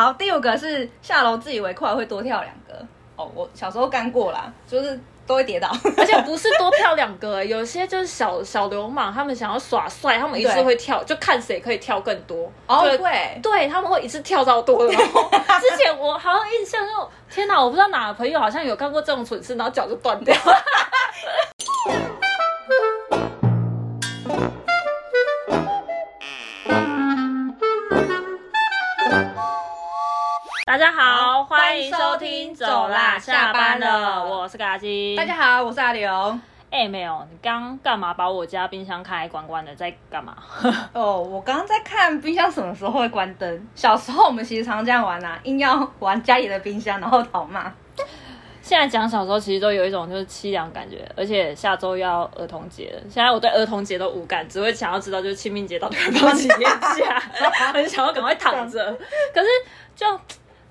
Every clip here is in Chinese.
好，第五个是下楼自以为快会多跳两个。哦，我小时候干过啦，就是都会跌倒。而且不是多跳两个、有些就是小小流氓，他们想要耍帅，他们一次对会跳，就看谁可以跳更多。哦， 就会，对，他们会一次跳到多 的。然后之前我好像印象中，天哪，我不知道哪个朋友好像有干过这种蠢事，然后脚就断掉。大家好，欢迎收听《走啦，下班了》，我是嘎吉。大家好，我是阿刘。哎、没有，你刚干嘛把我家冰箱开关关的，在干嘛？ 哦，我刚刚在看冰箱什么时候会关灯。小时候我们其实常这样玩啊，硬要玩家里的冰箱，然后讨骂。现在讲小时候，其实都有一种就是凄凉感觉，而且下周要儿童节了，现在我对儿童节都无感，只会想要知道就是清明节到底要不要几天假， 很想要赶快躺着。可是就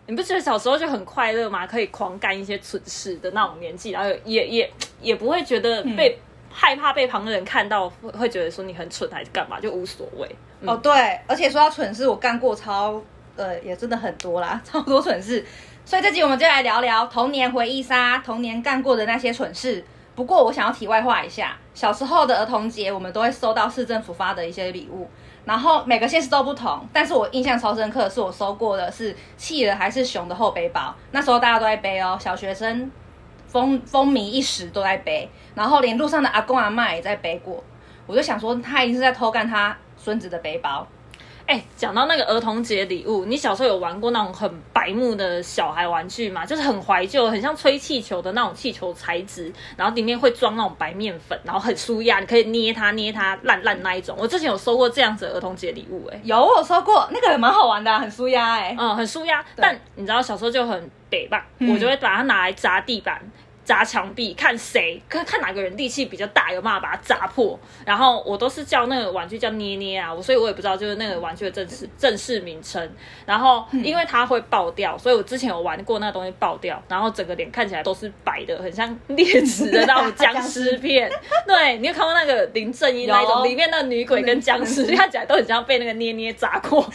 你不觉得小时候就很快乐吗？可以狂干一些蠢事的那种年纪，然后也也也不会觉得被、害怕被旁人看到，会会觉得说你很蠢还是干嘛，就无所谓。嗯哦，对，而且说到蠢事，我干过超，呃，也真的很多啦， 超多蠢事。所以这集我们就来聊聊童年回忆杀，童年干过的那些蠢事。不过我想要题外话一下，小时候的儿童节，我们都会收到市政府发的一些礼物，然后每个县市都不同。但是我印象超深刻的是，我收过的是企鹅还是熊的后背包，那时候大家都在背哦，小学生风风靡一时都在背，然后连路上的阿公阿嬷也在背过。我就想说，他一定是在偷干他孙子的背包。哎、讲到那个儿童节礼物，你小时候有玩过那种很白目的小孩玩具吗？就是很怀旧，很像吹气球的那种气球材质，然后里面会装那种白面粉，然后很舒压，你可以捏它捏它烂烂那一种。我之前有收过这样子的儿童节礼物、哎，有，我有收过，那个也蛮好玩的啊、很舒压哎、嗯，很舒压，但你知道小时候就很北吧，我就会把它拿来砸地板。砸墙壁，看谁看看哪个人力气比较大，有办法把它砸破。然后我都是叫那个玩具叫捏捏啊，我所以我也不知道就是那个玩具的正式正式名称。然后因为它会爆掉，所以我之前有玩过那个东西爆掉，然后整个脸看起来都是白的，很像裂齿的那种僵尸片。对，你有看过那个林正英那一有种，里面那个女鬼跟僵尸 看起来都很像被那个捏捏砸过。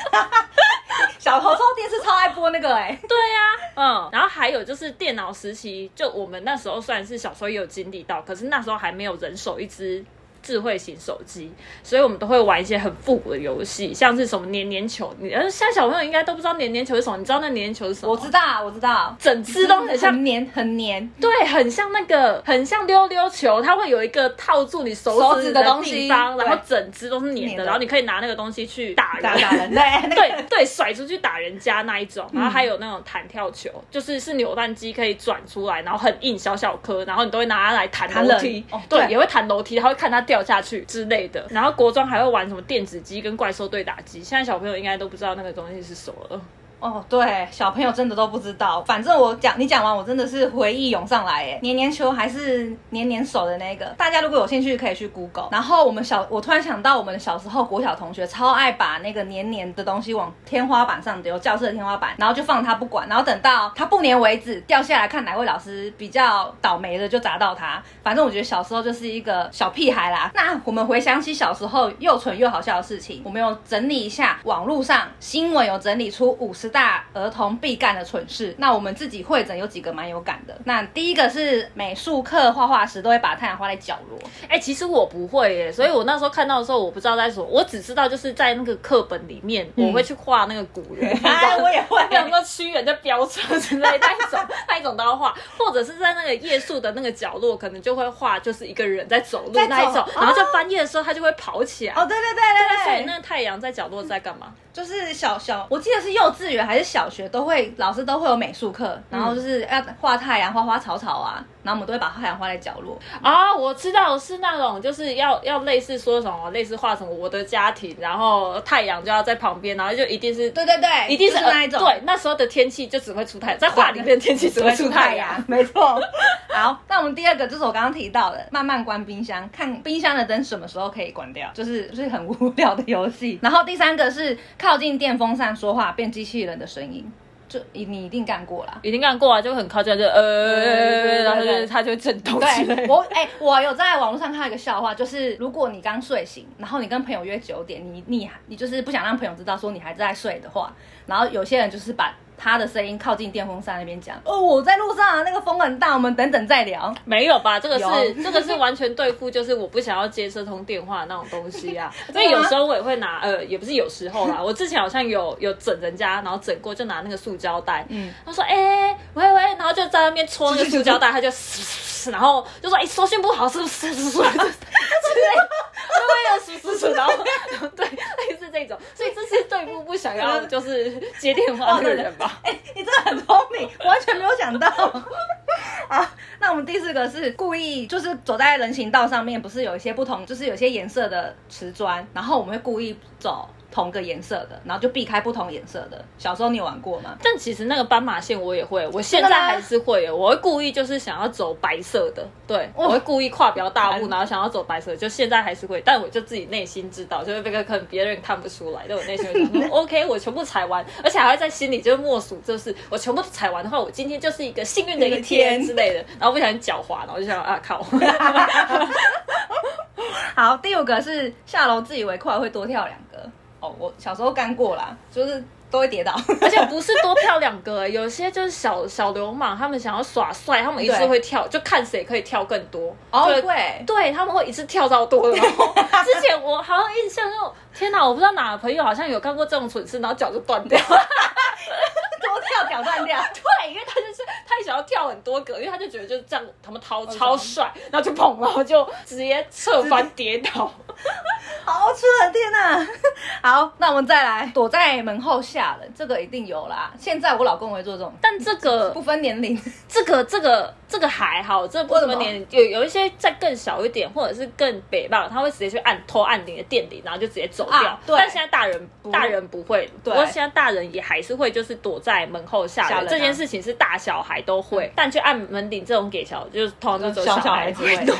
小时候电视超爱播那个哎、对呀、嗯，然后还有就是电脑时期，就我们那时候虽然是小时候也有经历到，可是那时候还没有人手一只智慧型手机，所以我们都会玩一些很复古的游戏，像是什么黏黏球，你呃，现在小朋友应该都不知道黏黏球是什么，你知道那黏黏球是什么？我知道，我知道，整只都很像，很黏，很黏。对，很像那个，很像溜溜球，它会有一个套住你手手指指的的东西地方，然后对整只都是黏黏的的，然后你可以拿那个东西去打人，打打人对，那个对对，甩出去打人家那一种，然后还有那种弹跳球，就是是扭蛋机可以转出来，然后很硬小小颗，然后你都会拿它来弹弹楼人梯，哦对，对也会弹楼梯，然后会看它掉下去之类的。然后国中还会玩什么电子机跟怪兽对打机，现在小朋友应该都不知道那个东西是什么了。哦，对，小朋友真的都不知道。反正我讲，你讲完，我真的是回忆涌上来哎。黏黏球还是黏黏手的那个，大家如果有兴趣可以去 Google。然后我们小，我突然想到，我们小时候国小同学超爱把那个黏黏的东西往天花板上丢，教室的天花板，然后就放他不管，然后等到他不粘为止，掉下来看哪位老师比较倒霉的就砸到他。反正我觉得小时候就是一个小屁孩啦。那我们回想起小时候又蠢又好笑的事情，我们有整理一下网络上新闻有整理出五十大儿童必干的蠢事。那我们自己会诊有几个蛮有感的。那第一个是美术课画画时都会把太阳画在角落，哎、其实我不会耶，所以我那时候看到的时候，我不知道在说，我只知道就是在那个课本里面，我会去画那个古 人， 哎嗯我也会 比如说屈原的飙车之类那一种，那一种都要画，或者是在那个夜宿的那个角落，可能就会画就是一个人在走路在走那一种哦，然后就翻页的时候，他就会跑起来。哦，对对对所对对，以那个太阳在角落在干嘛？就是小小，我记得是幼稚园还是小学都会，老师都会有美术课，然后就是要画太阳、花花草草啊，然后我们都会把太阳画在角落。啊，我知道是那种，就是要要类似说什么，类似画什么我的家庭，然后太阳就要在旁边，然后就一定是对对对，一定是呃就是那一种，对，那时候的天气就只会出太阳，在画里面的天气只会出太阳。，没错。好，那我们第二个就是我刚刚提到的，慢慢关冰箱，看冰箱的灯什么时候可以关掉，就是就是很无聊的游戏。然后第三个是靠近电风扇说话变机器人的声音。就你一定干过啦。一定干过啊，就很靠近，就呃，然后就它就会震动之类对，。我哎、我有在网络上看到一个笑话，就是如果你刚睡醒，然后你跟朋友约九点，你你你就是不想让朋友知道说你还在睡的话，然后有些人就是把他的声音靠近电风扇那边讲，哦，我在路上啊，那个风很大，我们等等再聊。 没有吧？这个是有这个是完全对付，就是我不想要接这通电话那种东西啊。所以真的有吗时候我也会拿，呃，也不是有时候啦，我之前好像有有整人家，然后整过就拿那个塑胶袋，嗯嗯，他说哎、喂喂，然后就在那边戳那个塑胶袋，他就然后就说哎、收讯不好是不是？是不是？对，对，对，然后对，类似这种，所以这是对付不想要就是接电话的人吧。哎、你真的很聪明，完全没有想到。 好，那我们第四个是故意，就是走在人行道上面，不是有一些不同，就是有些颜色的瓷砖，然后我们会故意走同个颜色的，然后就避开不同颜色的。小时候你有玩过吗？但其实那个斑马线我也会，我现真的在吗还是会耶，我会故意就是想要走白色的，对哇我会故意跨比较大步，嗯然后想要走白色的，就现在还是会，但我就自己内心知道，就是这个可能别人看不出来，但我内心 会想说 OK，我全部踩完，而且还会在心里就是默数，就是我全部踩完的话，我今天就是一个幸运的一一天天之类的，然后不小心脚滑，然后就想啊靠， 好，第五个是下楼自以为快会多跳两个。哦，我小时候干过啦，就是都会跌倒。而且不是多跳两个，有些就是小小流氓，他们想要耍帅，他们一次对会跳，就看谁可以跳更多， 哦，就会，对他们会一次跳到多 的。然后之前我好像印象中，天哪，我不知道哪个朋友好像有干过这种蠢事，然后脚就断 掉。 多跳脚断掉。对，因为他就是他也想要跳很多个，因为他就觉得就是这样，他们超爽超帅，然后就砰，然后就直接侧翻跌倒。 好蠢，啊天哪！ 好，那我们再来躲在门后吓人，这个一定有啦。现在我老公会做这种，但这个不分年龄，这个这个这个还好，这不为什么么年有有一些再更小一点，或者是更北棒，他会直接去按偷按你的店里，然后就直接走掉。啊对但现在大人不大人不会，不对过现在大人也还是会就是躲在门后吓人。吓人啊嗯这件事情是大小孩都会，但去按门铃这种给小，就是通常都走小小小孩孩子子会会懂。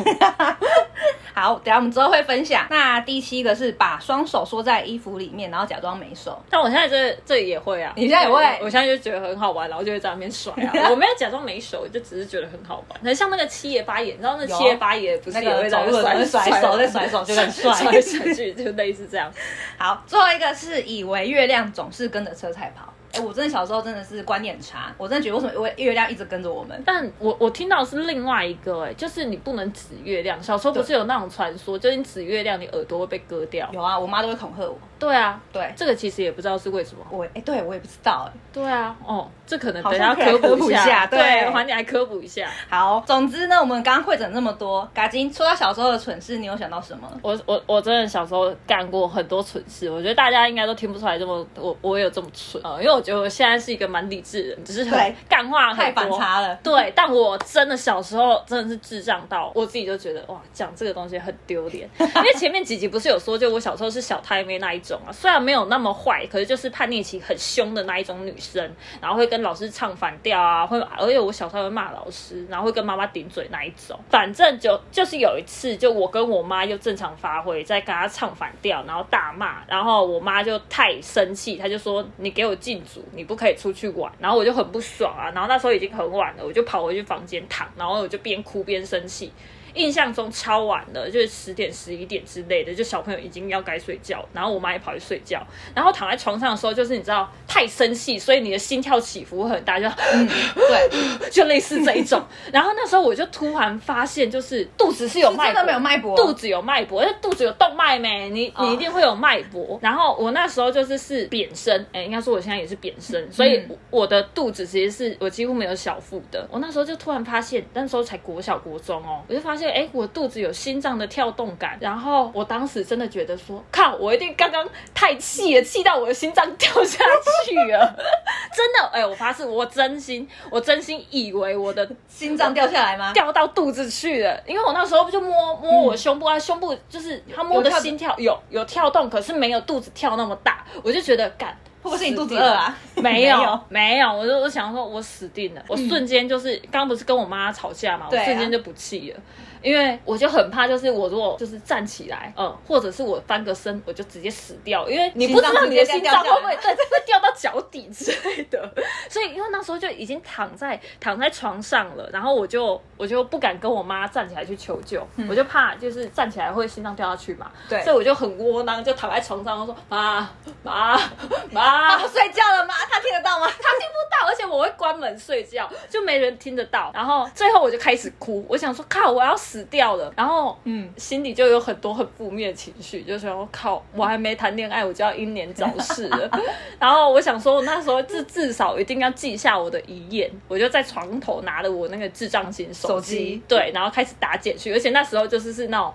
好，等一下我们之后会分享。那第七个是把双手缩在衣服里面，然后假装没收。但我现在这这也会啊，你现在也会我现在就觉得很好玩，然后就会在那边甩 啊。我没有假装没手，就只是觉得很好玩，很像那个七爷八爷，你知道那有七爷八爷不是那个也会在那边走路甩在甩手在甩手就很帅甩来甩去就类似这样。好，最后一个是以为月亮总是跟着车才跑。哎、我真的小时候真的是观念差，我真的觉得为什么月月亮一直跟着我们？ 但我我听到的是另外一个、哎，就是你不能指月亮。小时候不是有那种传说，就是你指月亮，你耳朵会被割掉。有啊，我妈都会恐吓我。 对啊，对，这个其实也不知道是为什么。我哎、对我也不知道哎、对啊，哦，这可能好等一像下可以科科普普一一下，下对对，还你来科普一下。好，总之呢，我们刚刚会诊那么多，嘎金说到小时候的蠢事，你有想到什么？我我我真的小时候干过很多蠢事，我觉得大家应该都听不出来这么我我有这么蠢啊、呃因为我觉得我现在是一个蛮理智的人，只是很对干话太很反多。差了。对，但我真的小时候真的是智障到我自己就觉得哇，讲这个东西很 丢脸。因为前面几集不是有说，就我小时候是小太妹那一种啊，虽然没有那么坏，可是就是叛逆期很凶的那一种女生，然后会跟老师唱反调啊，会而且我小时候会骂老师，然后会跟妈妈顶嘴那一种。反正就就是有一次，就我跟我妈又正常发挥，在跟她唱反调，然后大骂，然后我妈就太生气，她就说你给我进组，你不可以出去玩。然后我就很不爽啊，然后那时候已经很晚了，我就跑回去房间躺，然后我就边哭边生气。印象中超晚了，就是十点、十一点之类的，就小朋友已经要该睡觉，然后我妈也跑去睡觉，然后躺在床上的时候，就是你知道太生气，所以你的心跳起伏会很大，就嗯，对， 就类似这一种。然后那时候我就突然发现，就是肚子是有是真脉的 搏没有脉搏，肚子有脉搏，而且肚子有动脉没？你啊哦你一定会有脉搏。然后我那时候就是是扁身，哎、应该说我现在也是扁身，所以我我的肚子其实是我几乎没有小腹的。我那时候就突然发现，那时候才国小国中哦，我就发现哎、我肚子有心脏的跳动感。然后我当时真的觉得说，靠，我一定刚刚太气了，气到我的心脏掉下去了， 真的。哎、我发誓，我真心，我真心以为我的心脏掉下来吗？掉到肚子去了，因为我那时候就摸摸我胸部，啊，胸部就是他摸的有跳心跳有有跳动，可是没有肚子跳那么大，我就觉得干。会不会是你肚子饿啊？ 没没有嗯有，没有，我就我想说，我死定了，我瞬间就是刚不是跟我妈吵架嘛，我对啊瞬间就不气了，因为我就很怕，就是我如果就是站起来，嗯，或者是我翻个身，我就直接死掉，因为你不知道你的心心脏脏会不会直对会掉到脚底之类的，所以因为那时候就已经躺在躺在床上了，然后我就我就不敢跟我妈站起来去求救，我就怕就是站起来会心脏掉下去嘛，对所以我就很窝囊，就躺在床上，我说妈妈妈 他不。睡觉了吗？ 他听得到吗？他听不到，而且我会关门睡觉，就没人听得到。然后最后我就开始哭，我想说靠，我要死掉了。然后嗯，心里就有很多很负面的情绪，就想说靠，我还没谈恋爱，我就要英年早逝 了。然后我想说，我那时候至至少一定要记下我的遗言，我就在床头拿了我那个智障型手手机，机对，然后开始打简讯，而且那时候就是是那种。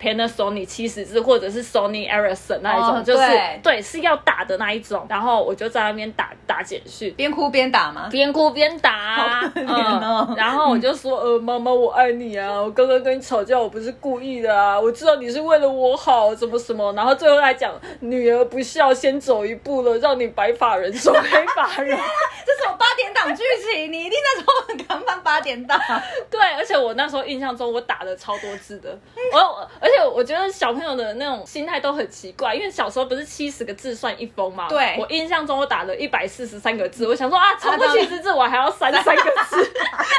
Panasonic 七十字或者是 Sony Ericsson 那一种，哦就是对对是要打的那一种，然后我就在那边打打简讯，边哭边打吗？边哭边打啊、好可怜哦嗯。然后我就说，呃，妈妈，我爱你啊！我刚刚跟你吵架，我不是故意的啊！我知道你是为了我好，怎么什么。然后最后还讲，女儿不孝，先走一步了，让你白发人送黑发 人。这是我八点档剧情，你一定那时候很敢翻八点档。对，而且我那时候印象中我打了超多字的，我我而且我觉得小朋友的那种心态都很奇怪，因为小时候不是七十个字算一封吗？对嗯我印象中我打了一百四十三个字，我想说啊，超过七十字我还要删三个 字，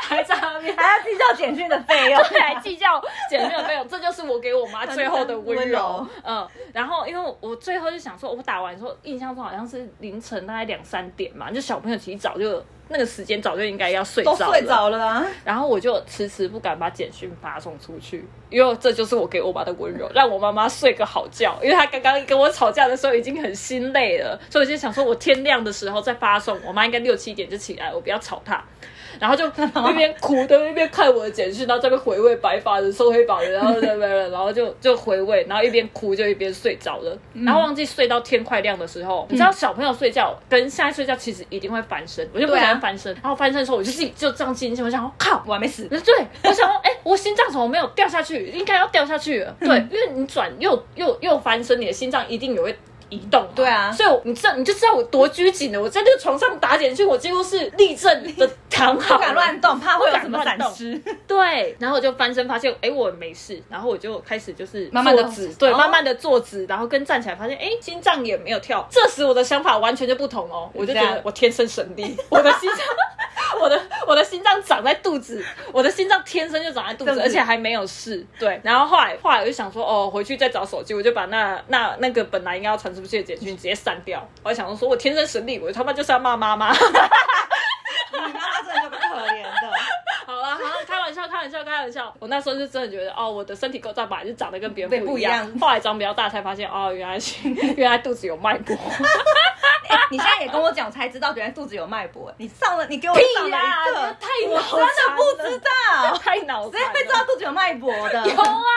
还在那边。还要计较简讯的费 用对，来计较减没有没有，这就是我给我妈最后的温柔。温柔嗯，然后因为我最后就想说，我打完之后，印象中好像是凌晨大概两三点嘛，就小朋友其实早就那个时间早就应该要睡都着睡了。着了啊！然后我就迟迟不敢把简讯发送出去，因为这就是我给我妈的温柔，让我妈妈睡个好觉。因为她刚刚跟我吵架的时候已经很心累了，所以我就想说，我天亮的时候再发送，我妈应该六七点就起来，我不要吵她。然后就一边哭的一边看我的简讯，然后在那边回味白发人送黑发人，然后在那边，然后就就回味，然后一边哭就一边睡着了，然后忘记睡到天快亮的时候，你知道小朋友睡觉跟现在睡觉其实一定会翻身，我就不对啊想翻身，然后翻身的时候我就自己就这样进去，我想说靠，我还没死，对，我想说，哎、我心脏怎么没有掉下去？应该要掉下去了。对，嗯因为你转右右右翻身，你的心脏一定也会。移动嘛对啊所以我你知道你就知道我多拘谨了。我在那个床上打简讯，我几乎是立正的躺好，不敢乱动，怕会有什么不闪敢乱动失。对，然后我就翻身发现，哎，我没事，然后我就开始就是慢慢地坐直，对，哦慢慢的坐直，然后跟站起来，发现哎，心脏也没有跳。这时我的想法完全就不同哦，我就觉这得样我天生神力， 我的心脏。我的我的心脏长在肚子，我的心脏天生就长在肚肚子，子而且还没有事。对，然后后来后来我就想说，哦，回去再找手机，我就把那那那个本来应该要传出去的简讯直接删掉。我还想说，我天生神力，我他妈就是要骂妈妈。你妈妈真的就不可怜的， 好啦，好啦，啊开玩笑，开玩笑，开玩笑。我那时候就真的觉得，哦，我的身体构造本来就长得跟别人不一样对不一，样后来长比较大才发现，哦，原 来是原来肚子有脉搏。哎你现在也跟我讲，我才知道原来肚子有脉搏。你上了，你给我上了屁啊啦，一这课，太我脑真的不知道，太脑谁残会知道了。肚子有脉搏的？啊 有啊，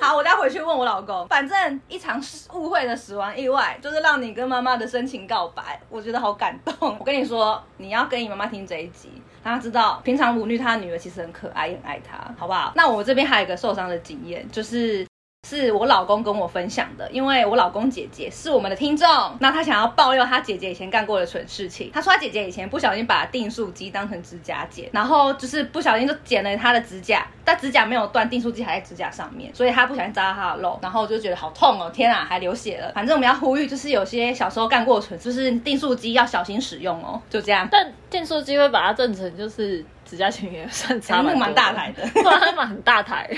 好，我待回去问我老公。反正一场误会的死亡意外，就是让你跟妈妈的深情告白，我觉得好感动。我 跟你说，你要跟你妈妈听这一集，让她知道平常母女她的女儿其实很可爱，也很爱她，好不好？那我这边还有一个受伤的经验，就是。是我老公跟我分享的，因为我老公姐姐是我们的听众，那他想要爆料他姐姐以前干过的蠢事情。他说他姐姐以前不小心把订书机当成指甲剪，然后就是不小心就剪了他的指甲，但指甲没有断，订书机还在指甲上面，所以他不小心扎到他的肉，然后我就觉得好痛哦，天啊，还流血了。反正我们要呼吁，就是有些小时候干过的蠢事，就是订书机要小心使用哦，就这样。但电视机会把它正成就是指甲钳也算差题目蛮哎蛮大台，的，对，啊蛮大台，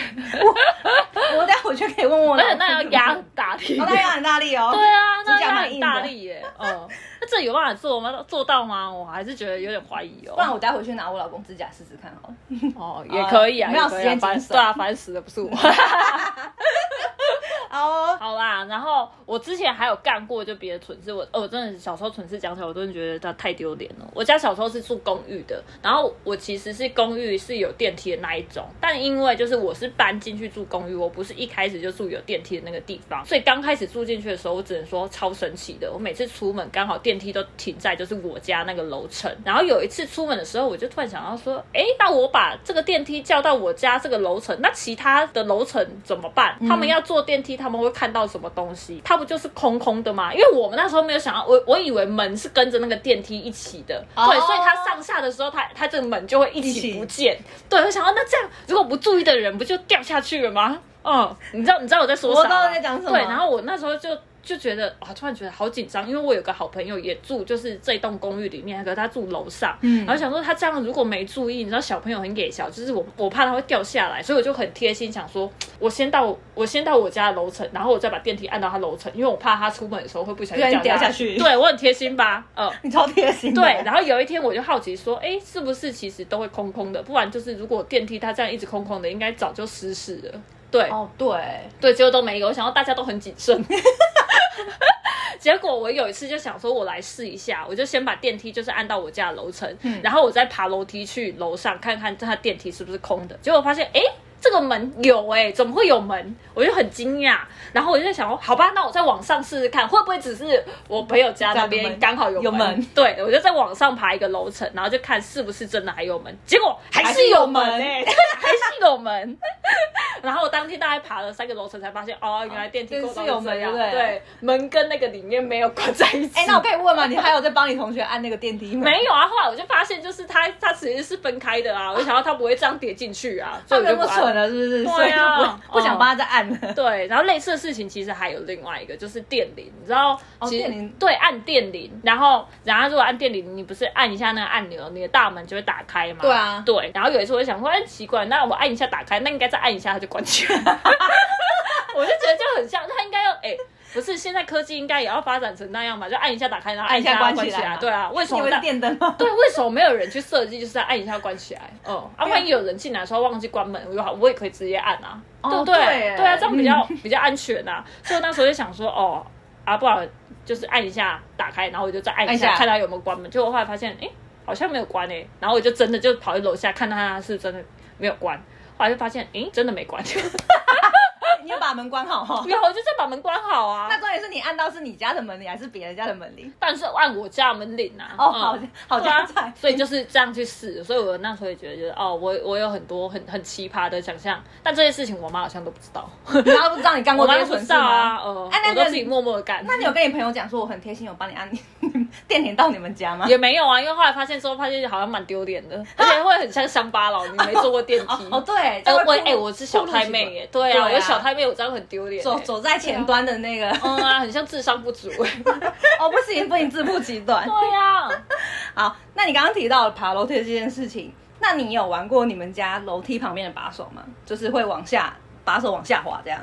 我待会就可以问 问我而老公。且 那要压很大力哦，。那要很大力哦。 对啊，那指甲压蛮很硬的大力耶。嗯，那这有办法做吗？做到吗？我还是觉得有点怀疑哦。不然我待会去拿我老公指甲试试看好了。哦，也可以啊，没有也可以啊时间烦谨死守对啊，烦死的 不是我。哦，好啦，然后我之前还有干过就别的蠢事，我哦，我真的小时候蠢事讲起来，我真的觉得它太丢脸了。我家小时候是住公寓的，然后我其实是公寓是有电梯的那一种，但因为就是我是搬进去住公寓，我不是一开始就住有电梯的那个地方，所以刚开始住进去的时候，我只能说超神奇的。我每次出门刚好电梯都停在就是我家那个楼层，然后有一次出门的时候，我就突然想到说，诶，那我把嗯这个电梯叫到我家这个楼层，那其他的楼层怎么办？他们要坐电梯，他他们会看到什么东西，它不就是空空的吗？因为我们那时候没有想到，我我以为门是跟着那个电梯一起的，哦对，所以它上下的时候，它它这个门就会一一起起不见。对，我想到那这样，如果不注意的人不就掉下去了吗？嗯，你知道你知道我在说我啥知道吗？你在讲什么对，然啊后我那时候就。就觉得啊，突然觉得好紧张，因为我有个好朋友也住，就是这栋公寓里面，可是他住楼上，嗯然后想说他这样如果没注意，你知道小朋友很给小，就是我我怕他会掉下来，所以我就很贴心，想说我先到我先到我家的楼层，然后我再把电梯按到他楼层，因为我怕他出门的时候会不小心不小心掉掉下下去对我很贴心吧， 嗯。你超贴心的。对，然后有一天我就好奇说，哎，是不是其实都会空空的？不然就是如果电梯它这样一直空空的，应该早就失事了。对，哦对，对，结果都没有。我想要大家都很谨慎。 结果我有一次就想说，我来试一下，我就先把电梯就是按到我家的楼层，然后我再爬楼梯去楼上看看它电梯是不是空的。结果我发现，哎、这个门有哎、怎么会有门？我就很惊讶。然后我就在想说，好吧，那我再往上试试看，会不会只是我朋友家那家的边门刚好有有门对，我就再往上爬一个楼层，然后就看是不是真的还有门。结果还还是是有有门门哎、对，还是有门。然后我当天大概爬了三个楼层，才发现哦，原来电梯构造电梯是有这门样，对不对对，门跟那个里面没有关在一起。哎，那我可以问吗？你还有在帮你同学按那个电梯吗？没有啊，后来我就发现，就是它它其实是分开的啊，我就想到它不会这样叠进去啊，所他以我没那就不么按蠢了，是不是？所对以啊就不不想帮他再按了。对，然后类似的事情其实还有另外一个，就是电铃，你知道，哦其实、电铃对按电铃，然后然后如果按电铃，你不是按一下那个按钮，你的大门就会打开嘛？对啊对。然后有一次我就想说，哎，奇怪，那我按一下打开，那应该再按一下它就关起来， 我就觉得就很像，它应该要哎。不是，现在科技应该也要发展成那样吧？就按一下打开，然后按一下下关关起来来。嘛对啊，为什你以么为那是电灯吗？对，为什么没有人去设计，就是要按一下关起来？哦，啊，对啊万一有人进来的时候忘记关门，我就好，我也可以直接按啊，哦对不对？对耶嗯对啊，这样比较、比较安全啊。所以我那时候就想说，哦，啊，不然就是按一下打开，然后我就再按一下，按一下看它有没有关门。结果后来发现，哎、好像没有关诶、然后我就真的就跑去楼下看它是真的没有关。后来就发现，诶、真的没关， 嗯你要把门关好哈。然后我就再把门关好啊。那重点是你按到是你家的门铃还是别人家的门铃？但是按我家门铃啊，哦，嗯好好嗯对啊家在，所以就是这样去试。所以我那时候也觉得，就是哦，我我有很多很很奇葩的想象，但这些事情我妈好像都不知道，然后不知道你干我过这妈些都不蠢知事道吗？啊，呃，哎那我都个自己默默的干。那你有跟你朋友讲说我很贴心，有帮你按电铃到你们家吗？ 也没有啊，因为后来发现说，发现好像蛮丢脸 的，而且会很像乡巴佬，你没坐过电哦 梯。哦，对，哎就会我暴露哎，我是小太妹耶，对对啊，啊我小太妹，我这样很丢脸耶。走走在前端的那个，嗯啊，很像智商不 足哎。哦，不 行，不行，自不其短。对呀，好，那你刚刚提到爬楼梯这件事情，那你有玩过你们家楼梯旁边的把手吗？就是会往下，把手往下滑这样。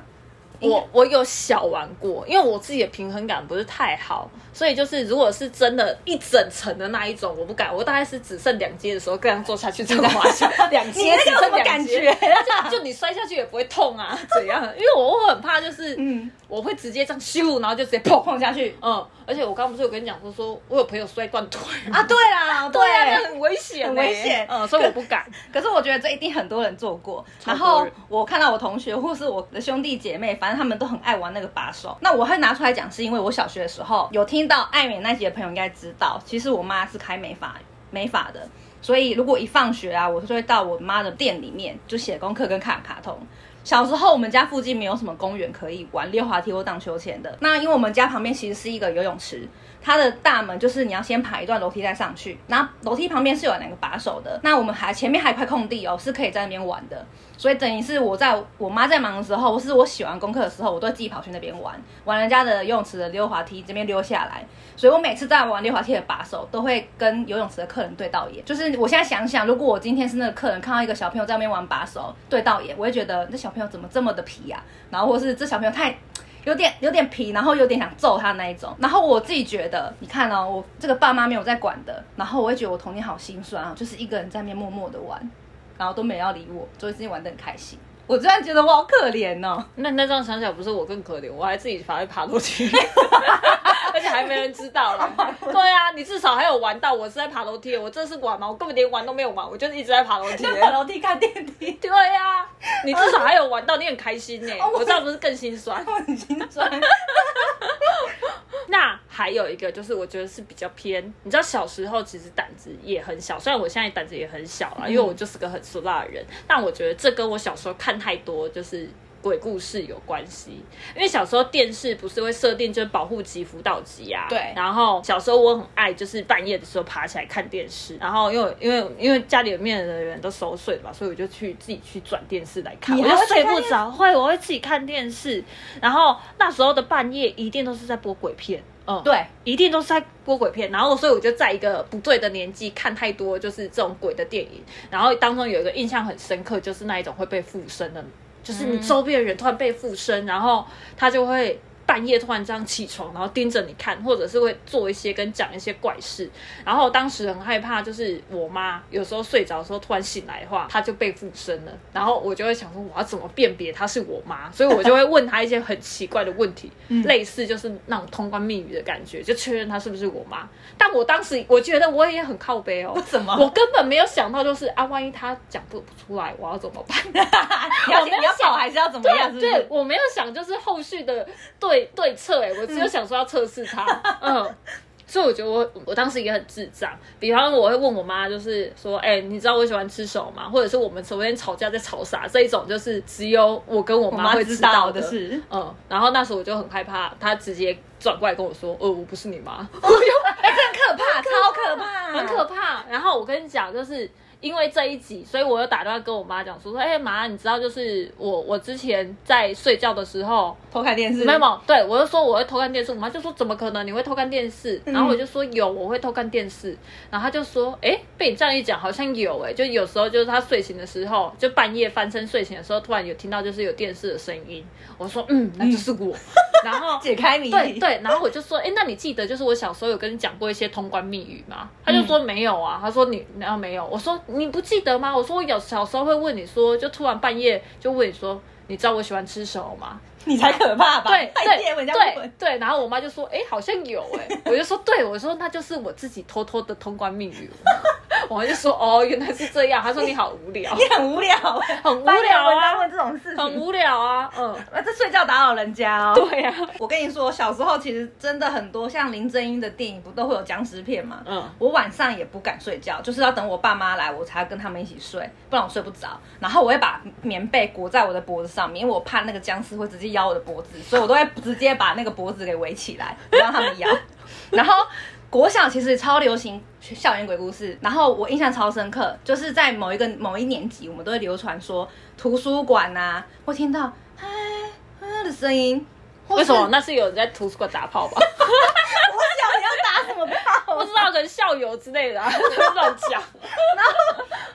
我我有小玩过，因为我自己的平衡感不是太好，所以就是如果是真的一整层的那一种，我不敢，我大概是只剩两阶的时候，这样坐下去这样滑下 两你阶，那只个有剩什么两感阶觉，啊？就你摔下去也不会痛啊，怎样？因为我会很怕， 就是嗯，我会直接这样咻，然后就直接砰。碰下去嗯，而且我刚不是有跟你讲说，说我有朋友摔断腿吗啊？对啦， 对啊，那对很危险欸，很危险嗯，所以我不敢。可是我觉得这一定很多人做过。超然多后人我看到我同学或是我的兄弟姐妹，反正他们都很爱玩那个把手。那我会拿出来讲，是因为我小学的时候有听到爱美那集的朋友应该知道，其实我妈是开美发美发的。所以如果一放学啊，我就会到我妈的店里面就写功课跟看卡通。小时候我们家附近没有什么公园可以玩溜滑梯或荡秋千的。那因为我们家旁边其实是一个游泳池，它的大门就是你要先爬一段楼梯再上去，然后楼梯旁边是有两个把手的。那我们还前面还有一块空地哦，是可以在那边玩的。所以等于是我在我妈在忙的时候，或是我写完功课的时候，我都会自己跑去那边玩，玩人家的游泳池的溜滑梯这边溜下来。所以我每次在玩溜滑梯的把手，都会跟游泳池的客人对到眼。就是我现在想想，如果我今天是那个客人，看到一个小朋友在那边玩把手对到眼，我会觉得这小朋友怎么这么的皮呀、然后或是这小朋友太有点有点皮，然后有点想揍他那一种。然后我自己觉得，你看哦，我这个爸妈没有在管的，然后我会觉得我童年好心酸啊，就是一个人在那边默默的玩，然后都没人要理我，所以自己玩的很开心。我突然觉得我好可怜哦，那那这样想起来，不是我更可怜，我还自己爬来爬楼 梯，而且还没人知道啦。 对啊，你至少还有玩到，我是在爬楼梯，我真的是玩嘛，我根本连玩都没有玩，我就是一直在爬楼 梯。在楼梯看电梯，对呀、啊，你至少还有玩到，你很开心呢、欸哦我我这样不是更心酸？我很心 酸。那还有一个就是，我觉得是比较偏，你知道小时候其实胆子也很小，虽然我现在嗯胆子也很小啦，因为我就是个很俗辣的人，但我觉得这跟我小时候看太多就是。鬼故事有关系。因为小时候电视不是会设定就是保护级、辅导级啊，对然后小时候我很爱就是半夜的时候爬起来看电视，然后因为因为因为家里面的人都熟睡了嘛，所以我就去自己去转电视来看，你我还就会睡看不电着，会我会自己看电视，然后那时候的半夜一定都是在播鬼片，嗯，对，一定都是在播鬼片，然后所以我就在一个不对的年纪看太多就是这种鬼的电影，然后当中有一个印象很深刻，就是那一种会被附身的，就是你嗯周边的人突然被附身，然后他就会半夜突然这样起床，然后盯着你看，或者是会做一些跟讲一些怪事，然后我当时很害怕，就是我妈有时候睡着的时候突然醒来的话，她就被附身了，然后我就会想说我要怎么辨别她是我妈，所以我就会问她一些很奇怪的问题。类似就是那种通关密语的感觉，就确认她是不是我妈。但我当时我觉得我也很靠背哦，怎么我根本没有想到就是啊，万一她讲不出来，我要怎么办？你要我没有你要想跑还是要怎么对样？是，啊不是对，我没有想就是后续的对对策嗯哎、我只有想说要测 试他，嗯。所以我觉得我我当时也很智障，比方我会问我妈，就是说，哎、你知道我喜欢吃什么吗？或者是我们昨天吵架在吵啥？这一种就是只有我跟我我妈妈会知道道的事，嗯，然后那时候我就很害怕，她直接转过来跟我说，呃，我不是你妈，我就哎，这很可怕，超可怕，很可怕。然后我跟你讲，就是因为这一集，所以我又打电话跟我妈讲说，说，哎、妈，你知道就是我我之前在睡觉的时候，偷看电视，没有，没有，对我就说我会偷看电视，我妈就说怎么可能你会偷看电视？嗯然后我就说有，我会偷看电视。然后她就说，哎，被你这样一讲，好像有哎、就有时候就是她睡醒的时候，就半夜翻身睡醒的时候，突然有听到就是有电视的声音。我说嗯，那就是我。然后解开谜对底，对，然后我就说，哎，那你记得就是我小时候有跟你讲过一些通关密语吗？他就说没有啊，他说你啊没有，我说你不记得吗？我说我有小时候会问你说，就突然半夜就问你说，你知道我喜欢吃什么吗？你才可怕 吧？对半夜人对家对问，对，然后我妈就说，哎，好像有哎、 我就说对，我说那就是我自己偷偷的通关密语， 我妈就说哦原来是这样，她说你好无 聊，你很无聊，很无聊啊问这种事很情，无聊啊，嗯， 啊这睡觉打扰人家哦。对呀、啊，我跟你说，小时候其实真的很多，像林正英的电影不都会有僵尸片吗？嗯我晚上也不敢睡觉，就是要等我爸妈来，我才跟他们一起睡，不然我睡不着。然后我会把棉被裹在我的脖子上面，因为我怕那个僵尸会直接咬我的脖子，所以我都会直接把那个脖子给围起来，不让他们 咬。然后国小其实超流行校园鬼故事，然后我印象超深刻，就是在某一个某一年级，我们都会流传说图书馆呐、会听到嗨嗨的声音。或为什是么那是有人在图书馆打炮吧？ 我想要打什么炮？ 不知道，可能校友之类的、 啊，就是乱讲。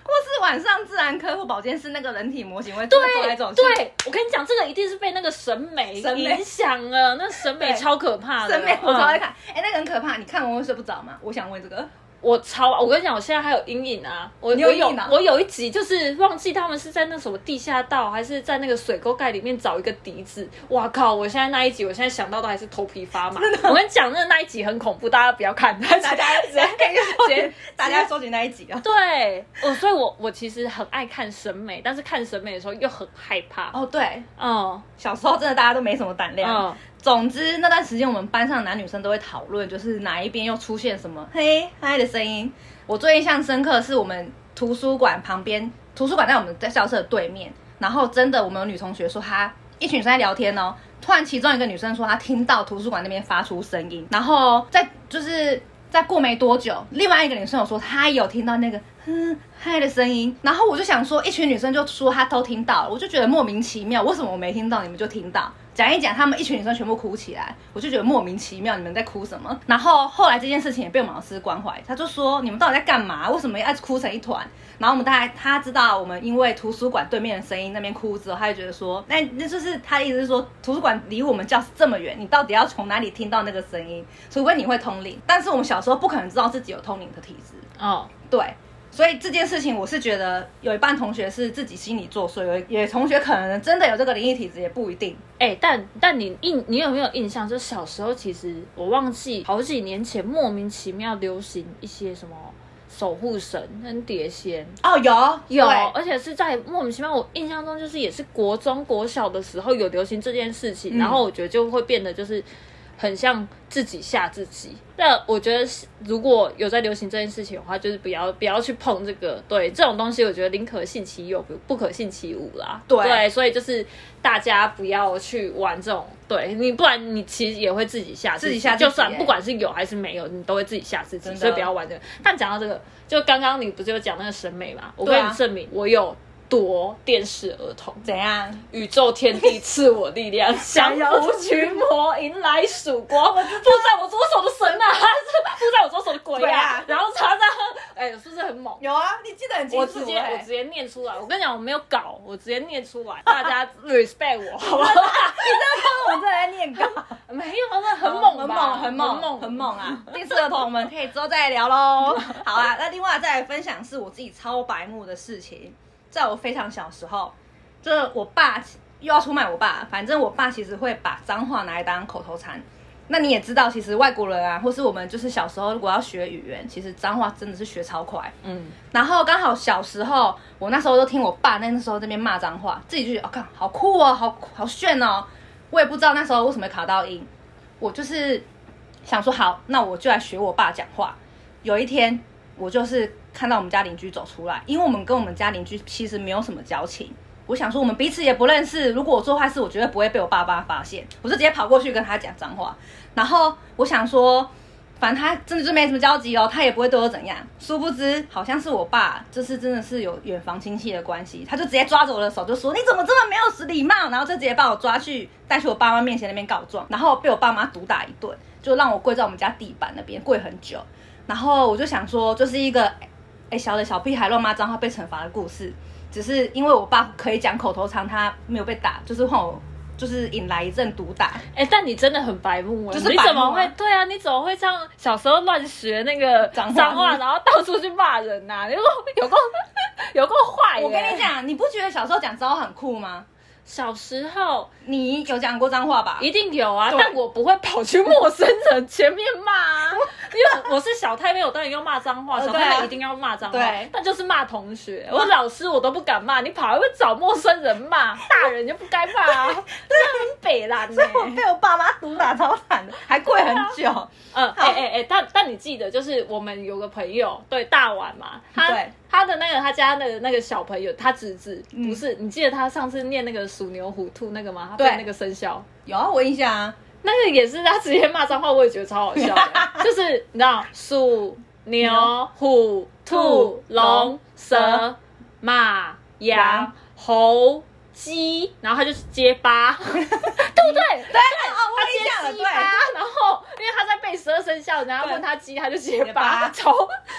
或是晚上自然科或保健室那个人体模型会走来走去，对，我跟你讲，这个一定是被那个审美审美影响了，那审美啊对超可怕的。审美我嗯超爱看。哎、那个很可怕，你看完会睡不着吗？我想问这个， 我超，我跟你讲，我现在还有阴影啊！我你有我有阴影啊我有一集就是忘记他们是在那什么地下道，还是在那个水沟盖里面找一个笛子。哇靠！我现在那一集，我现在想到都还是头皮发 麻。我跟你讲，那那一集很恐怖，大家不要看。大家 直接可以收直接集，大家收集那一集啊。对，我所以我我其实很爱看审美，但是看审美的时候又很害怕。哦，对，嗯小时候真的大家都没什么胆量。嗯，总之那段时间，我们班上男女生都会讨论，就是哪一边又出现什么嘿嗨的声音。我最印象深刻的是我们图书馆旁边，图书馆在我们在校舍对面，然后真的我们有女同学说她一群女生在聊天哦，突然其中一个女生说她听到图书馆那边发出声音，然后在就是。在过没多久，另外一个女生有说她有听到那个哼嗨的声音，然后我就想说，一群女生就说她都听到了，我就觉得莫名其妙，为什么我没听到，你们就听到？讲一讲，她们一群女生全部哭起来，我就觉得莫名其妙，你们在哭什么？然后后来这件事情也被我们老师关怀，他就说你们到底在干嘛？为什么要哭成一团？然后我们大概他知道我们因为图书馆对面的声音那边哭之后，他就觉得说，那那就是他的意思是说，图书馆离我们教室这么远，你到底要从哪里听到那个声音？除非你会通灵，但是我们小时候不可能知道自己有通灵的体质，哦，对。所以这件事情，我是觉得有一半同学是自己心理作祟，有一有同学可能真的有这个灵异体质，也不一定。哎、但但你印你有没有印象？就是小时候，其实我忘记好几年前莫名其妙流行一些什么守护神跟碟仙，哦，有有，对而且是在莫名其妙。我印象中就是也是国中国小的时候有流行这件事情，嗯然后我觉得就会变得就是很像自己吓自己。那我觉得是如果有在流行这件事情的话，就是不要不要去碰这个。对这种东西，我觉得宁可信其有，不不可信其无啦。对所以就是大家不要去玩这种。对你，不然你其实也会自己吓自己吓自己就算欸不管是有还是没有，你都会自己吓自己，真的所以不要玩这个。但讲到这个，就刚刚你不是有讲那个审美嘛？我对啊跟你证明，我有多电视儿童。怎样？宇宙天地赐我 力量，降伏群魔，迎来曙光。附在我左手的神啊， 是附在我左手的鬼鬼啊啊，然后插在，哎，是不是很猛？有啊，你记得很清楚、我直接欸我直接念出来，我跟你讲，我没有搞，我直接念出来，大家 respect 我，好不 好？我正在念稿，没有，那很猛吧，很猛，很猛，猛，很。猛啊！第四个同我们可以之后再聊 喽。好啊，那另外再来分享是我自己超白目的事情，在我非常小时候，就是我爸又要出卖我爸，反正我爸其实会把脏话拿来当口头禅。那你也知道，其实外国人啊，或是我们就是小时候如果要学语言，其实脏话真的是学超快。嗯，然后刚好小时候，我那时候都听我爸那时候在那边骂脏话，自己就觉得哦，看好酷哦，好好炫哦。我也不知道那时候为什么会卡到音，我就是想说好，那我就来学我爸讲话。有一天，我就是看到我们家邻居走出来，因为我们跟我们家邻居其实没有什么交情。我想说，我们彼此也不认识。如果我做坏事，我绝对不会被我爸爸发现。我就直接跑过去跟他讲脏话。然后我想说，反正他真的就没什么交集哦，他也不会对我怎样。殊不知，好像是我爸，就是真的是有远房亲戚的关系，他就直接抓着我的手就说：“你怎么这么没有礼貌？”然后就直接把我抓去带去我爸妈面前那边告状，然后被我爸妈毒打一顿，就让我跪在我们家地板那边跪很久。然后我就想说，就是一个哎小的小屁孩乱骂脏话被惩罚的故事，只是因为我爸可以讲口头禅，他没有被打，就是换我就是引来一阵毒打。哎、但你真的很白目哎、就是你白目啊怎么会？对啊，你怎么会这样？小时候乱学那个脏话然后到处去骂人呐、 有够有够有够坏、我跟你，讲，你不觉得小时候讲脏话很酷吗？小时候你有讲过脏话吧？一定有啊，对但我不会跑去陌生人前面骂 啊，因为我是小太妹，我当然要骂脏话，呃小对啊太妹一定要骂脏话对，但就是骂同学，我老师我都不敢骂，你跑还会找陌生人骂，大人就不该骂 啊，这样很北蓝呢、我被我爸妈毒打超惨的，还跪很久。嗯，好哎哎哎，但但你记得，就是我们有个朋友，对大碗嘛，他对他的那个他家的那个小朋友，他侄子嗯不是，你记得他上次念那个鼠牛虎兔那个吗？他对背那个生肖，有啊，我印象啊，那个也是他直接骂脏话，我也觉得超好 笑的，就是你知道鼠牛虎兔兔龙龙蛇蛇马羊羊猴鸡，然后他就是结 巴，对不对？对啊，他我印象了，接鸡巴，对，然后因为他在背十二生肖，然后问他鸡，他就结结巴，巴 超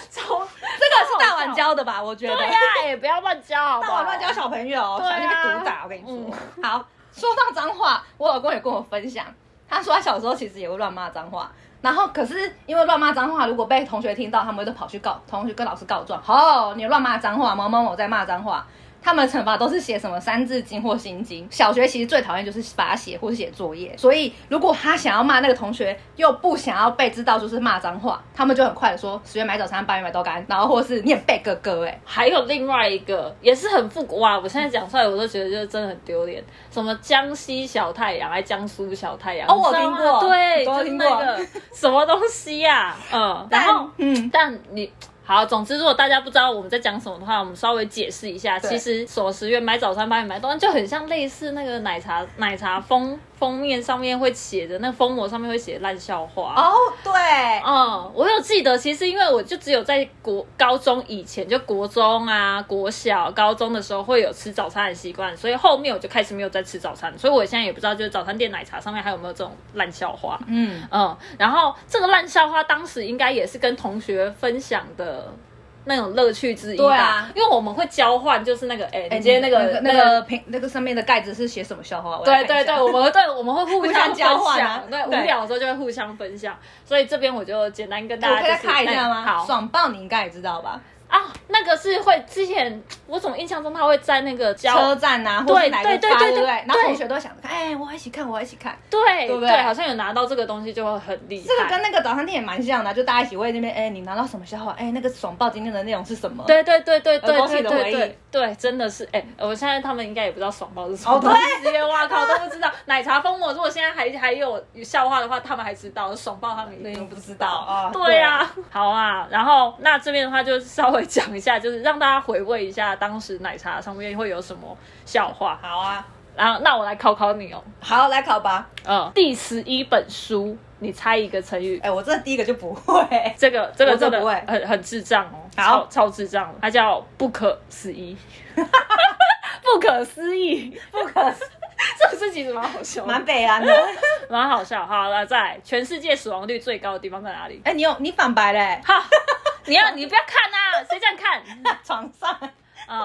超这个是大碗碗。教的吧？我觉对得呀、哎，不要乱教好大不好，碗乱教小朋友，对啊小心被毒打。我跟你说，好，说到脏话，我老公也跟我分享，他说他小时候其实也会乱骂脏话。然后，可是因为乱骂脏话，如果被同学听到，他们都跑去告同学跟老师告状。哦，你乱骂脏话，某某某在骂脏话。他们的惩罚都是写什么《三字经》或《心经》。小学其实最讨厌就是罚写或是写作业，所以如果他想要骂那个同学，又不想要被知道就是骂脏话，他们就很快的说十元买早餐，八元买豆干，然后或是念背哥哥、欸，哎，还有另外一个也是很复古哇！我现在讲出来，我都觉得就是真的很丢脸。什么江西小太阳，还江苏小太阳？哦你知道吗我听过对，我就都是听过那个什么东西呀、嗯，然后嗯，但你好，总之如果大家不知道我们在讲什么的话，我们稍微解释一下。对其实守时员买早餐，八元买东西，就很像类似那个奶茶奶茶封封面上面会写的，那封膜上面会写烂笑话。哦，对，嗯，我有记得，其实因为我就只有在国高中以前，就国中啊、国小、高中的时候会有吃早餐的习惯，所以后面我就开始没有再吃早餐，所以我现在也不知道，就是早餐店奶茶上面还有没有这种烂笑话。嗯，嗯，然后这个烂笑话当时应该也是跟同学分享的那种乐趣之一吧，对啊因为我们会交换，就是那个，哎、哎你今天那个那个瓶那个上面的盖子是写什么笑话？我来对看对一下对，，我们对我们会互 相分交换享啊对，无对聊的时候就会互相分享，所以这边我就简单跟大我家可以再就是看一那下吗？好爽爆你应该也知道吧？啊，那个是会之前我怎么印象中他会在那个车教站啊，或是对哪个对对吧，对对不对对？然后对同学都想着看，哎，我要一起看，我要一起看。对对不对好像有拿到这个东西就会很厉害。这个跟那个早餐店也蛮像的，就大家一起为那边，哎，你拿到什么笑话？哎，那个爽报今天的内容是什么？，对对对对耳对朵对系的对回忆对对，真的是哎、我现在他们应该也不知道爽包是什哦么对东西，因为哇靠都不知道。奶茶疯魔如果现在还还有笑话的话，他们还知道；爽包他们一那定你不不知知道道。啊？对呀、好啊，然后那这边的话就稍微讲一下，就是让大家回味一下当时奶茶上面会有什么笑话。对，好啊，然后那我来考考你哦，好来考吧。嗯，第十一本书，你猜一个成语。哎，我这第一个就不 会。这个这个我这真的不会很很智障哦，好超超智障了，它叫不可 思议，不可思 议，不可思，这个事情蛮好笑的，蛮北啊蓝的。蛮好笑。好了，那再来，全世界死亡率最高的地方在哪里？ 哎，你有你反白嘞，好，你要你不要看啊，谁想看？ 床上。嗯，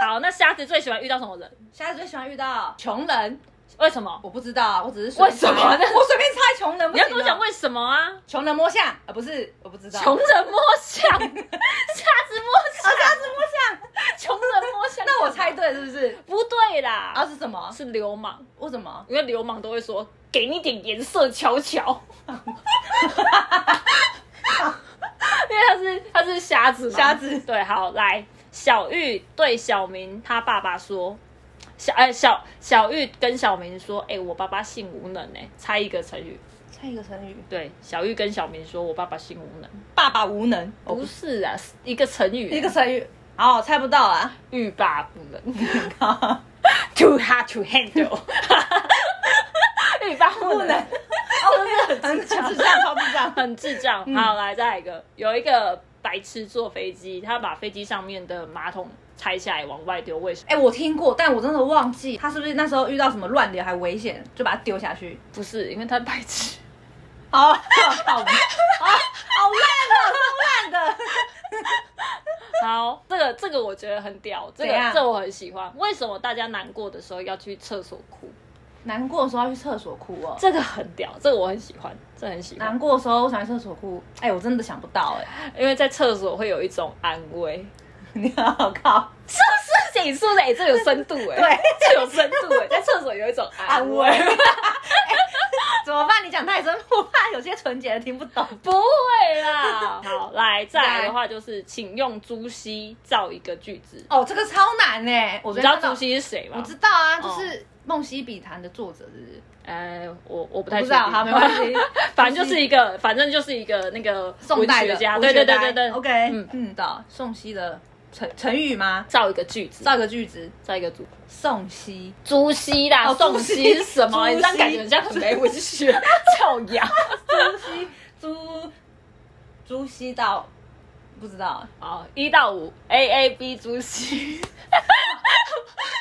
好，那瞎子最喜欢遇到什么人？现在最喜欢遇到穷人，为什么？我不知道，我只是随为便什么猜呢我随便猜穷人不你行哦。要跟我讲为什么啊？穷人摸象啊？不是，我不知道。穷人摸象， 瞎子 摸象，瞎子摸象，穷人摸象。哦啊那我猜对是不是？不对啦，啊是什么？是流氓。为什么？因为流氓都会说给你点颜色瞧瞧。 因为他是他是瞎子嘛，瞎子对，好来，小玉对小明他爸爸说，小哎、小小玉跟小明说，哎、我爸爸性无能哎、猜一个成语，猜一个成语，对，小玉跟小明说我爸爸性无能，爸爸无能，不是啊，是一个成语，哦欸一个成语。哦，猜不到啊！ 欲罢不能 哦，too hard to handle，欲罢不能。哦，真的很智障， 智障超智障。嗯 很智障。好，来再来一个，有一个白痴坐飞机，他把飞机上面的马桶拆下来往外丢，为什么？哎、我听过，但我真的忘记他是不是那时候遇到什么乱流还危险，就把它丢下去。不是，因为他白 痴。哦好，好，好，好啊烂的，好烂的。好，这个这个我觉得很屌，这怎个样这我很喜欢。为什么大家难过的时候要去厕所哭？难过的时候要去厕所哭哦，啊这个很屌，这个我很喜欢，这个很喜欢难，过的时候我想去厕所哭。哎、我真的想不到哎、因为在厕所会有一种安慰。 你好靠，是不是？你说的，哎，这有深度哎、对，这有深度哎、在厕所有一种安慰。安慰怎么办？你讲太深，我怕有些纯洁的听不懂。不会啦。好，来再来的话就是，请用朱熹造一个句子。哦，这个超难哎、我昨你知天道看到朱熹是谁吗？我知道啊，就是《梦溪笔谈》的作者是不是？呃，我我我不太不知道，确定 好，没关。系。反正就是一个，反正就是一个那个宋文代学的家，文对学对家对对对。 OK，嗯嗯嗯，到宋熙的成成语吗？造一个句子，造造个句子，造一个朱宋熙朱熹啦，哦宋朱熹熹是什么？朱你熹这样感觉很像很没文学 教养。朱熹朱朱熹到不知道，好，一到五，A A B 朱熹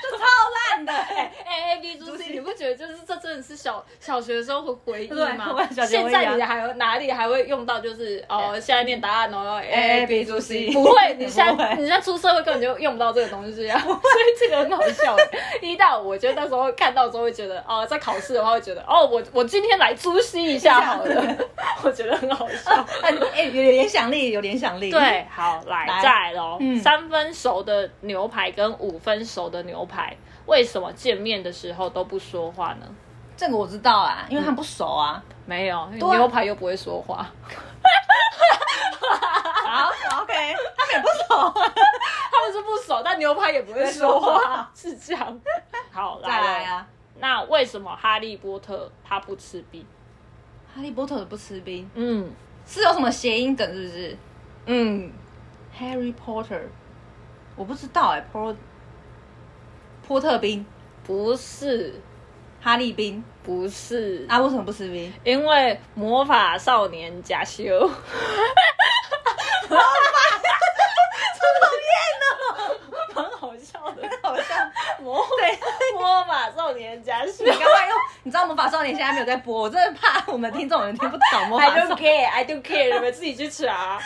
这超烂的欸。 ，A A B 朱朱熹，熹你不觉得就是这真的是小小学的时候会回忆对吗我？小学现回忆啊在你还有哪里还会用到？就是哦，现在念答案哦，A A A B B 朱熹不会，你现不在会你现在出社会根本就用不到这个东西啊，所以这个很好笑。欸一到我觉得那时候看到之后会觉得，哦，在考试的话会觉得，哦，我我今天来朱熹一下好了，我觉得很好笑。哎哎，有联想力，有联想力。，对，好，来来再来喽、嗯三分熟的牛排跟五分熟的牛排，为什么见面的时候都不说话呢？这个我知道啊，因为他们不熟啊。没有，对啊牛排又不会说话，好，OK，他们也不熟啊。他们是不熟，但牛排也不会不会说说话话， 是这样。好，再来来了啊，那为什么哈利波特他不吃冰？哈利波特不吃冰，嗯是有什么谐音梗是不是嗯， ？Harry Potter，我不知道哎、波波特冰，不是哈利冰，不是，啊，为什么不吃冰？因为魔法少年假修。 蛮哦好笑的，好像魔对，魔法少年假修你。干嘛用？ 你知道魔法少年现在没有在播，我真的怕我们听众有人听不懂魔 I 法 don't 少年。 care, I don't care，你们自己去查。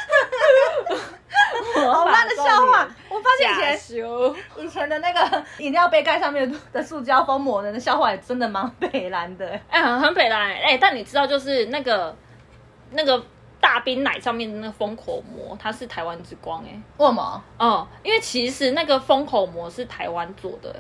好魔烂法的笑少话年！我发现以假前修。以前的那个饮料杯盖上面的塑胶封膜的那笑话，也真的蛮北蓝的。欸哎、很很北蓝哎、但你知道就是那个那个。大冰奶上面的那个封口膜，它是台湾之光哎、为什么？哦、因为其实那个封口膜是台湾做的、欸，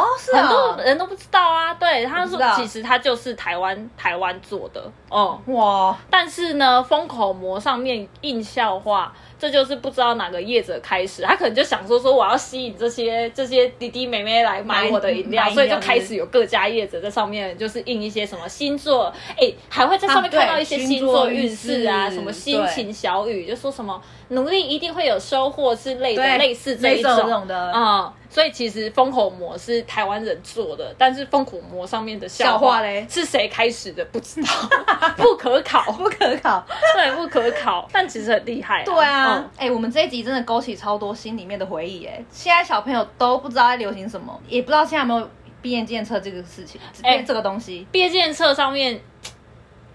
哦，是很啊多，人都不知道啊。对，他我说知道其实它就是台湾台湾做的，哦、哇，但是呢，封口膜上面印笑话，这就是不知道哪个业者开始，他可能就想说说我要吸引这些这些弟弟妹妹来买买我的饮料，买饮料所以就开始有各家业者在上面就是印一些什么星座，哎，还会在上面啊对看到一些星座运势星座运啊，势什么心情小雨，就说什么努力一定会有收获之类的，对类似这一类似这种的嗯。所以其实封口膜是台湾人做的，但是封口膜上面的笑笑话话嘞是谁开始的不知道， 不可考。不可考。对，不可考，但其实很厉害、嗯对啊，哎、我们这一集真的勾起超多心里面的回忆哎。现在小朋友都不知道在流行什么，也不知道现在有没有毕业纪念册这个事情，哎哎，这个东西。毕业纪念册上面，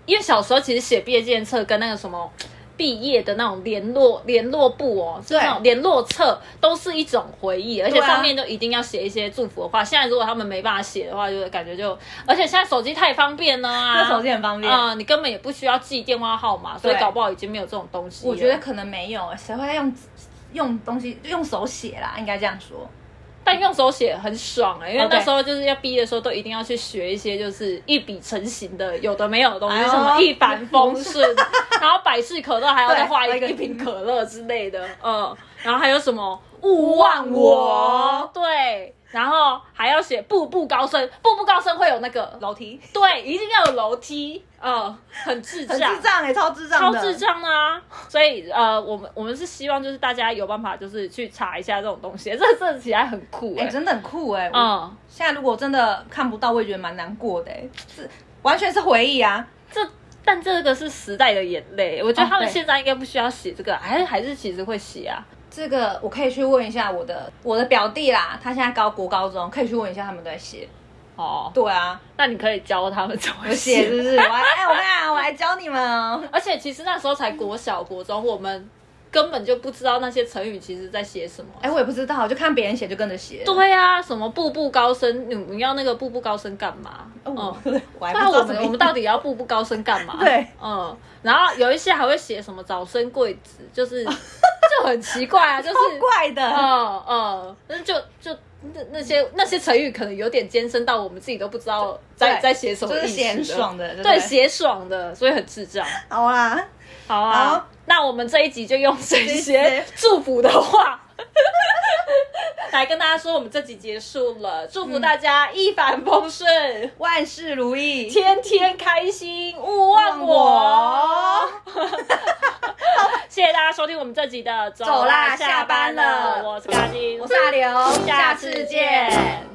因为小时候其实写毕业纪念册跟那个什么毕业的那种联络联络簿哦，是对那种联络册，都是一种回忆，而且对啊上面就一定要写一些祝福的话。现在如果他们没办法写的话，就感觉就，而且现在手机太方便了啊，那手机很方便。啊、你根本也不需要记电话号码，所以对搞不好已经没有这种东西了。我觉得可能没有，谁会用用东西用手写啦？应该这样说。但用手写很爽哎、因为哦对那时候就是要毕业的时候，都一定要去学一些就是一笔成型的，有的没有的东西，哎呦什么一帆 风顺，然后百事可乐还要再画对还有一一个一瓶可乐之类的，嗯，然后还有什么勿忘我，对，然后还要写步步高升，步步高升会有那个，楼梯对，一定要有楼梯，嗯，很智很障，智障哎、超智障超的，智障啊！所以呃，我们我们是希望就是大家有办法就是去查一下这种东西，这这起来很酷哎、哎、真的很酷哎、我嗯，现在如果真的看不到，我也觉得蛮难过的哎、是完全是回忆啊。这但这个是时代的眼泪，我觉得他们哦对现在应该不需要写这个，还是还是其实会写啊。这个我可以去问一下我的我的表弟啦，他现在高国高中，可以去问一下他们在写。哦，对啊，那你可以教他们怎么我写是写。不是？我还哎、我跟你讲，我来教你们哦。而且其实那时候才国小、国中，我们根本就不知道那些成语其实在写什么。哎、我也不知道，就看别人写就跟着写。对呀、啊，什么步步高升？你你要那个步步高升干嘛？哦嗯，我我还不那知我道怎们么我们到底要步步高升干嘛？ 对，嗯，然后有一些还会写什么早生贵子，就是就很奇怪啊，就是超怪的。 嗯嗯，那就就那那些那些成语可能有点艰深到我们自己都不知道在对在写什么就意思，是写很爽的，对对，不对写爽的，所以很智障。好啦，好啊，好那我们这一集就用这这些些祝福的话来跟大家说，我们这集结束了，祝福大家一帆风顺。万事如意，天天开心，勿忘我。谢谢大家收听我们这集的《走走啦下下班了》，了我是嘎金，我是阿刘，下次见。